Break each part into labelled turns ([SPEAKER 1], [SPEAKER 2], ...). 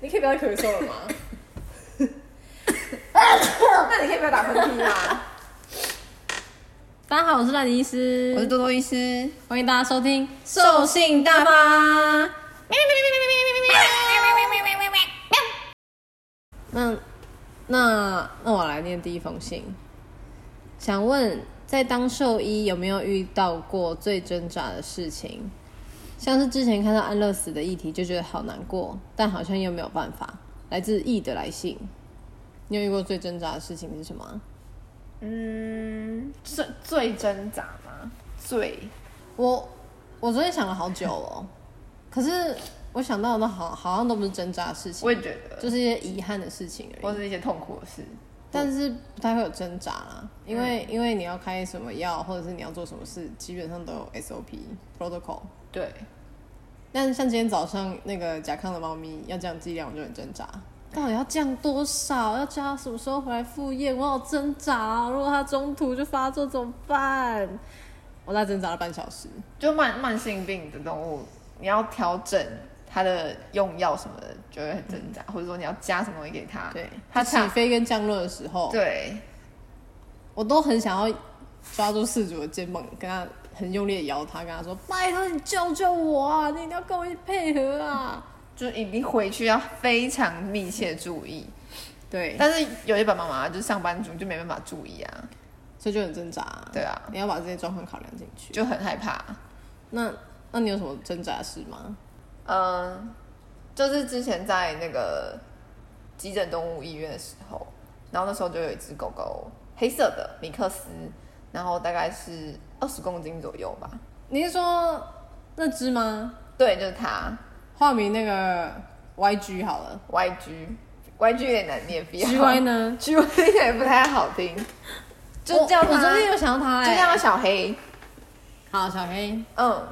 [SPEAKER 1] 你可以不要咳嗽了 吗？那你可以不要打喷嚏吗？
[SPEAKER 2] 大家好，我是赖迪医师，
[SPEAKER 3] 我是多多医师，
[SPEAKER 2] 欢迎大家收听《
[SPEAKER 3] 兽性大发。
[SPEAKER 2] 那那那我来念第一封信。想问，在当兽医有没有遇到过最挣扎的事情？像是之前看到安乐死的议题，就觉得好难过，但好像又没有办法。来自 E 的来信，你有遇过最挣扎的事情是什么啊？
[SPEAKER 1] 嗯，最最挣扎吗？最
[SPEAKER 2] 我我昨天想了好久哦，可是我想到的好好像都不是挣扎的事情，
[SPEAKER 1] 我也觉得，
[SPEAKER 2] 就是一些遗憾的事情而
[SPEAKER 1] 或
[SPEAKER 2] 已。
[SPEAKER 1] 是一些痛苦的事。
[SPEAKER 2] 但是不太会有挣扎啦，因为、
[SPEAKER 1] 嗯
[SPEAKER 2] 因为你要开什么药，或者是你要做什么事，基本上都有 SOP protocol。
[SPEAKER 1] 对，
[SPEAKER 2] 但是像今天早上那个甲亢的猫咪要降剂量，我就很挣扎。到底要降多少？要叫它什么时候回来复验？我好挣扎哦、如果它中途就发作怎么办？我大概挣扎了半小时。
[SPEAKER 1] 就慢慢性病的动物，你要调整它的用药什么的，就会很挣扎，或者说你要加什么东西给它，
[SPEAKER 2] 对，它
[SPEAKER 1] 它
[SPEAKER 2] 起
[SPEAKER 1] 才
[SPEAKER 2] 飞跟降落的时候，
[SPEAKER 1] 对，
[SPEAKER 2] 我都很想要抓住事主的肩膀，跟他很用力的摇他，跟他说：“拜托你救救我啊！你一定要跟我一起配合啊
[SPEAKER 1] 就一定回去要非常密切注意。！”
[SPEAKER 2] 对，
[SPEAKER 1] 但是有些爸爸妈妈就是上班族就没办法注意啊，
[SPEAKER 2] 所以就很挣扎、啊。
[SPEAKER 1] 对啊，
[SPEAKER 2] 你要把这些状况考量进去。
[SPEAKER 1] 就很害怕。
[SPEAKER 2] 那那你有什么挣扎的事吗？
[SPEAKER 1] 嗯，就是之前在那个急诊动物医院的时候，然后那时候就有一只狗狗，黑色的米克斯，然后大概是二十公斤左右吧。
[SPEAKER 2] 你是说那只吗？
[SPEAKER 1] 对，就是它
[SPEAKER 2] 化名那个 YG 好 了
[SPEAKER 1] YG。YG 有点难念不 要
[SPEAKER 2] ，G Y 呢？
[SPEAKER 1] ，G Y 也不太好听，就叫
[SPEAKER 2] 我我
[SPEAKER 1] 它，
[SPEAKER 2] 昨
[SPEAKER 1] 就
[SPEAKER 2] 天有想到它、欸，
[SPEAKER 1] 叫它小黑，
[SPEAKER 2] 好小黑，
[SPEAKER 1] 嗯，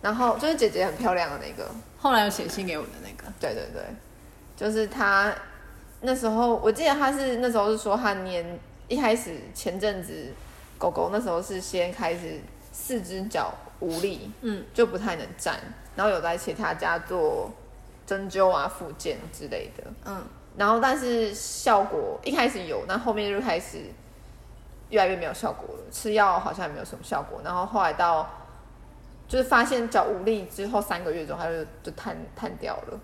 [SPEAKER 1] 然后就是姐姐很漂亮的那个，
[SPEAKER 2] 后来有写信给我的那个，
[SPEAKER 1] 对对对，就是他那时候，我记得他是那时候是说他年一开始前阵子狗狗那时候是先开始四只脚无力，
[SPEAKER 2] 嗯，
[SPEAKER 1] 就不太能站，然后有在其他家做针灸啊、复健之类的，
[SPEAKER 2] 嗯，
[SPEAKER 1] 然后但是效果一开始有，那后面就开始越来越没有效果了，吃药好像也没有什么效果，然后后来到就是发现脚无力之后三个月之后，它就就瘫瘫掉了。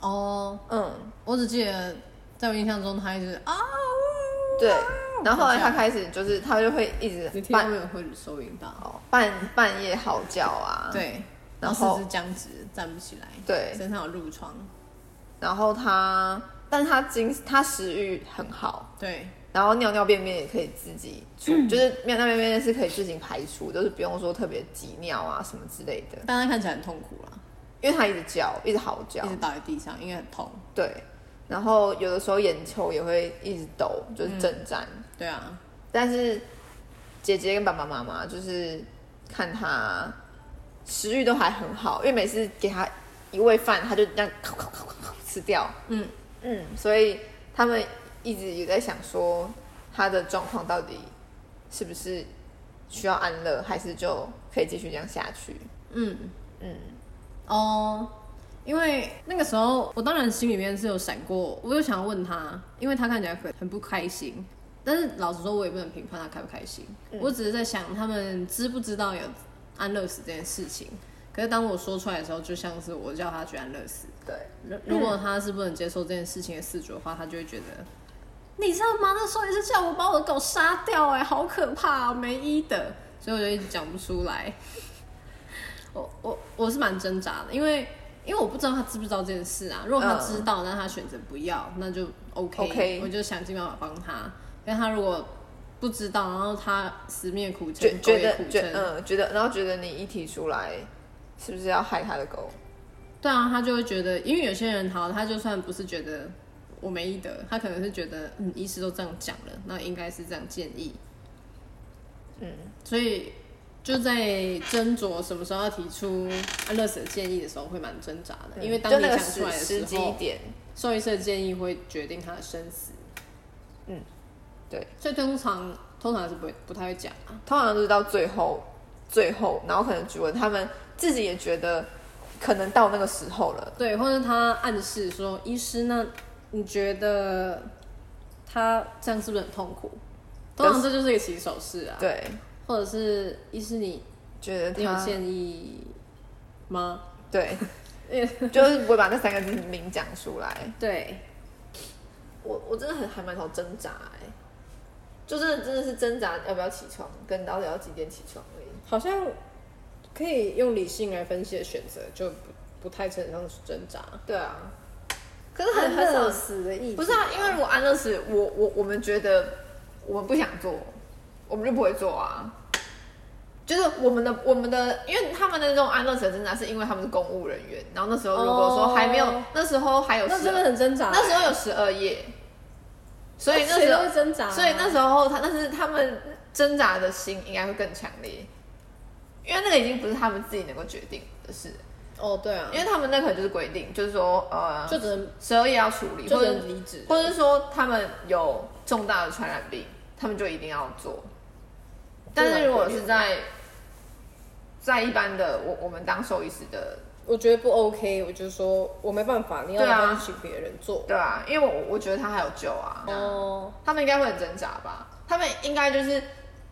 [SPEAKER 2] 哦、
[SPEAKER 1] 嗯，
[SPEAKER 2] 我只记得在我印象中，他一直啊，呜
[SPEAKER 1] 对。然后后来它开始就是它就会一直
[SPEAKER 2] 你听到
[SPEAKER 1] 半
[SPEAKER 2] 没有会收音到？
[SPEAKER 1] 哦半半夜嚎叫啊，，
[SPEAKER 2] 对，然
[SPEAKER 1] 然
[SPEAKER 2] 后
[SPEAKER 1] 后
[SPEAKER 2] 四肢僵直，站不起来，
[SPEAKER 1] 对
[SPEAKER 2] 身上有褥疮，
[SPEAKER 1] 然后它但它精它食欲很好，
[SPEAKER 2] 对，
[SPEAKER 1] 然后尿尿便便也可以自己出，
[SPEAKER 2] 嗯
[SPEAKER 1] 就是尿尿便便是可以自行排出，就是不用说特别挤尿啊什么之类的，
[SPEAKER 2] 但他看起来很痛苦啦，
[SPEAKER 1] 因为它一直叫，一直嚎叫
[SPEAKER 2] 一，直倒在地上，因为很痛。
[SPEAKER 1] 对。然后有的时候眼球也会一直抖，就是
[SPEAKER 2] 嗯
[SPEAKER 1] 震颤，
[SPEAKER 2] 对啊，
[SPEAKER 1] 但是姐姐跟爸爸妈妈就是看他食欲都还很好，因为每次给他一喂饭，他就这样咔咔咔咔咔吃掉。
[SPEAKER 2] 嗯
[SPEAKER 1] 嗯，所以他们一直也在想说他的状况到底是不是需要安乐，还是就可以继续这样下去？
[SPEAKER 2] 嗯
[SPEAKER 1] 嗯，
[SPEAKER 2] 哦，因为那个时候我当然心里面是有闪过，我就想要问他，因为他看起来很很不开心。但是老实说，我也不能评判他开不开心，我只是在想他们知不知道有安乐死这件事情。可是当我说出来的时候，就像是我叫他去安乐死，
[SPEAKER 1] 对，
[SPEAKER 2] 如如果他是不能接受这件事情的事主的话，他就会觉得，你知道吗？那时候也是叫我把我的狗杀掉、哎，好可怕、啊，没医德，所以我就一直讲不出来。 我我我是蛮挣扎的，因为因为我不知道他知不知道这件事啊。如果他
[SPEAKER 1] 嗯
[SPEAKER 2] 知道，那他选择不要，那就 OK，,
[SPEAKER 1] OK
[SPEAKER 2] 我就想尽办法帮他。但他如果不知道，然后他死命苦
[SPEAKER 1] 觉
[SPEAKER 2] 撑，
[SPEAKER 1] 觉
[SPEAKER 2] 狗也
[SPEAKER 1] 得
[SPEAKER 2] 苦
[SPEAKER 1] 觉
[SPEAKER 2] 撑
[SPEAKER 1] 嗯觉得，然后觉得你一提出来，是不是要害他的狗？
[SPEAKER 2] 对啊，他就会觉得，因为有些人好，他就算不是觉得我没医德，他可能是觉得，嗯，医师都这样讲了，那应该是这样建议，
[SPEAKER 1] 嗯，
[SPEAKER 2] 所以就在斟酌什么时候要提出安乐死的建议的时候，会蛮挣扎的，因为当
[SPEAKER 1] 就
[SPEAKER 2] 你
[SPEAKER 1] 那
[SPEAKER 2] 讲
[SPEAKER 1] 个
[SPEAKER 2] 出
[SPEAKER 1] 时
[SPEAKER 2] 来的
[SPEAKER 1] 时
[SPEAKER 2] 时
[SPEAKER 1] 机
[SPEAKER 2] 候，
[SPEAKER 1] 点，
[SPEAKER 2] 兽医师的建议会决定他的生死，
[SPEAKER 1] 对，
[SPEAKER 2] 所以通常通常是不会不太会讲啊，
[SPEAKER 1] 通常都是到最后，最后，然后可能主人他们自己也觉得可能到那个时候了。
[SPEAKER 2] 对，或者他暗示说，医师，那你觉得他这样是不是很痛苦？通常这就是一个起手式啊。，
[SPEAKER 1] 对，
[SPEAKER 2] 或者是医师你，
[SPEAKER 1] 觉得
[SPEAKER 2] 你有
[SPEAKER 1] 他
[SPEAKER 2] 建议吗？
[SPEAKER 1] 对， 就是不会把那三个字明讲出来。
[SPEAKER 2] 对，
[SPEAKER 1] 我我真的很还蛮常挣扎哎、就真的真的是挣扎要不要起床，跟到底要几点起床而已。
[SPEAKER 2] 好像可以用理性来分析的选择，就不不太称得上是挣扎。
[SPEAKER 1] 对啊，可是很很少
[SPEAKER 2] 死的意
[SPEAKER 1] 不是啊，因为如果安乐死，我我我们觉得我们不想做，我们就不会做啊。就是我们的我们的，因为他们的那种安乐死的挣扎，是因为他们是公务人员，然后那时候如果说还没有，
[SPEAKER 2] 哦
[SPEAKER 1] 那时候还有
[SPEAKER 2] 那
[SPEAKER 1] 12
[SPEAKER 2] 真的很欸挣扎。
[SPEAKER 1] 那时候有十二页，所以那时候
[SPEAKER 2] 谁都会挣扎啊
[SPEAKER 1] 所以那时候他，但是他们挣扎的心应该会更强烈，因为那个已经不是他们自己能够决定的事，
[SPEAKER 2] 哦，对啊，
[SPEAKER 1] 因为他们那可能就是规定，就是说呃，
[SPEAKER 2] 就只能
[SPEAKER 1] 十二页要处理，
[SPEAKER 2] 就
[SPEAKER 1] 或
[SPEAKER 2] 只
[SPEAKER 1] 者
[SPEAKER 2] 能离职，
[SPEAKER 1] 或者是说他们有重大的传染病，他们就一定要做。但是如果是在在一般的我我们当兽医师的
[SPEAKER 2] 我觉得不 OK，我就说我没办法，你要
[SPEAKER 1] 对啊
[SPEAKER 2] 担起别人做。
[SPEAKER 1] 对啊，因为我我觉得他还有救啊。
[SPEAKER 2] 哦，
[SPEAKER 1] 他们应该会很挣扎吧？他们应该就是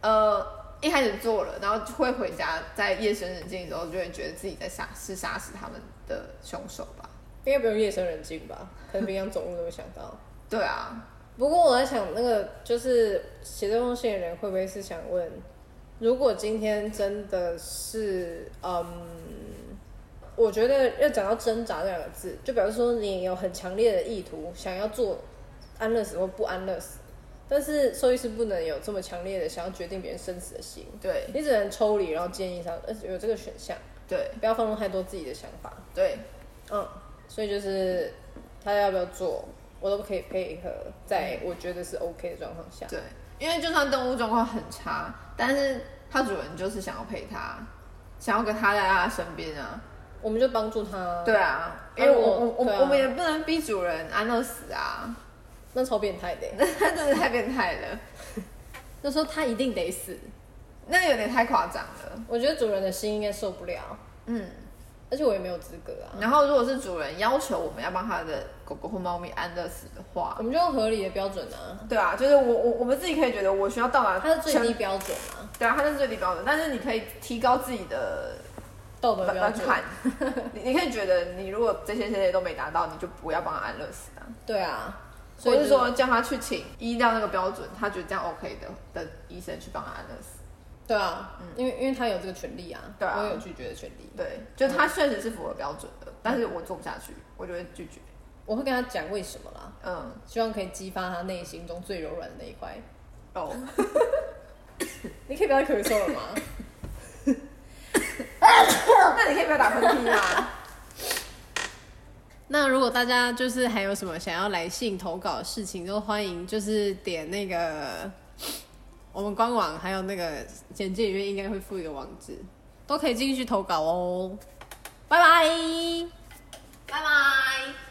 [SPEAKER 1] 呃一开始做了，然后就会回家，在夜深人静的时候就会觉得自己在杀是杀死他们的凶手吧？
[SPEAKER 2] 应该不用夜深人静吧？可能平常总务都会想到。
[SPEAKER 1] 对啊，
[SPEAKER 2] 不过我在想，那个就是写这封信的人会不会是想问，如果今天真的是，嗯，我觉得要讲到挣扎这两个字，就表示说你有很强烈的意图想要做安乐死或不安乐死，但是兽医师不能有这么强烈的想要决定别人生死的心，
[SPEAKER 1] 对
[SPEAKER 2] 你只能抽离，然后建议他，呃，有这个选项，
[SPEAKER 1] 对
[SPEAKER 2] 不要放纵太多自己的想法。
[SPEAKER 1] 对
[SPEAKER 2] 嗯，所以就是他要不要做，我都可以配合，在我觉得是 OK 的状况下。
[SPEAKER 1] 对，因为就算动物状况很差，但是它主人就是想要陪它，想要跟它在它身边啊。
[SPEAKER 2] 我们就帮助他。
[SPEAKER 1] 对，啊，因
[SPEAKER 2] 啊
[SPEAKER 1] 为我我我、
[SPEAKER 2] 对啊
[SPEAKER 1] 我们也不能逼主人安乐死啊，
[SPEAKER 2] 那超变态的耶。
[SPEAKER 1] 真的是太变态了，
[SPEAKER 2] 那时候他一定得死，
[SPEAKER 1] 那有点太夸张了。
[SPEAKER 2] 我觉得主人的心应该受不了，
[SPEAKER 1] 嗯。
[SPEAKER 2] 而且我也没有资格啊。
[SPEAKER 1] 然后，如果是主人要求我们要帮他的狗狗或猫咪安乐死的话
[SPEAKER 2] 我，们就用合理的标准啊，
[SPEAKER 1] 对啊，就是我我我们自己可以觉得我需要到达
[SPEAKER 2] 它是最低
[SPEAKER 1] 全，
[SPEAKER 2] 标准啊，
[SPEAKER 1] 对啊，它是最低标准，但是你可以提高自己的
[SPEAKER 2] 道德标
[SPEAKER 1] 门
[SPEAKER 2] 准。
[SPEAKER 1] 槛， 你你可以觉得你如果这些这些都没达到，你就不要帮他安乐死啊，
[SPEAKER 2] 对啊，
[SPEAKER 1] 或
[SPEAKER 2] 所以
[SPEAKER 1] 者
[SPEAKER 2] 就是
[SPEAKER 1] 说叫他去请依照那个标准，他觉得这样 OK 的的医生去帮他安乐死，
[SPEAKER 2] 对啊，因为因为他有这个权利啊，
[SPEAKER 1] 嗯对啊
[SPEAKER 2] 我有拒绝的权利。
[SPEAKER 1] 对，就他确实是符合标准的，但是我做不下去，我就会拒绝，
[SPEAKER 2] 我会跟他讲为什么啦，
[SPEAKER 1] 嗯，
[SPEAKER 2] 希望可以激发他内心中最柔软的那一块。
[SPEAKER 1] 哦，
[SPEAKER 2] 你可以不要咳嗽了吗？
[SPEAKER 1] 那你可以不要打喷嚏啊，
[SPEAKER 2] 那如果大家就是还有什么想要来信投稿的事情，都欢迎就是点那个 我们官网，还有那个简介里面应该会附一个网址，都可以继续投稿哦。拜拜。
[SPEAKER 1] 拜拜。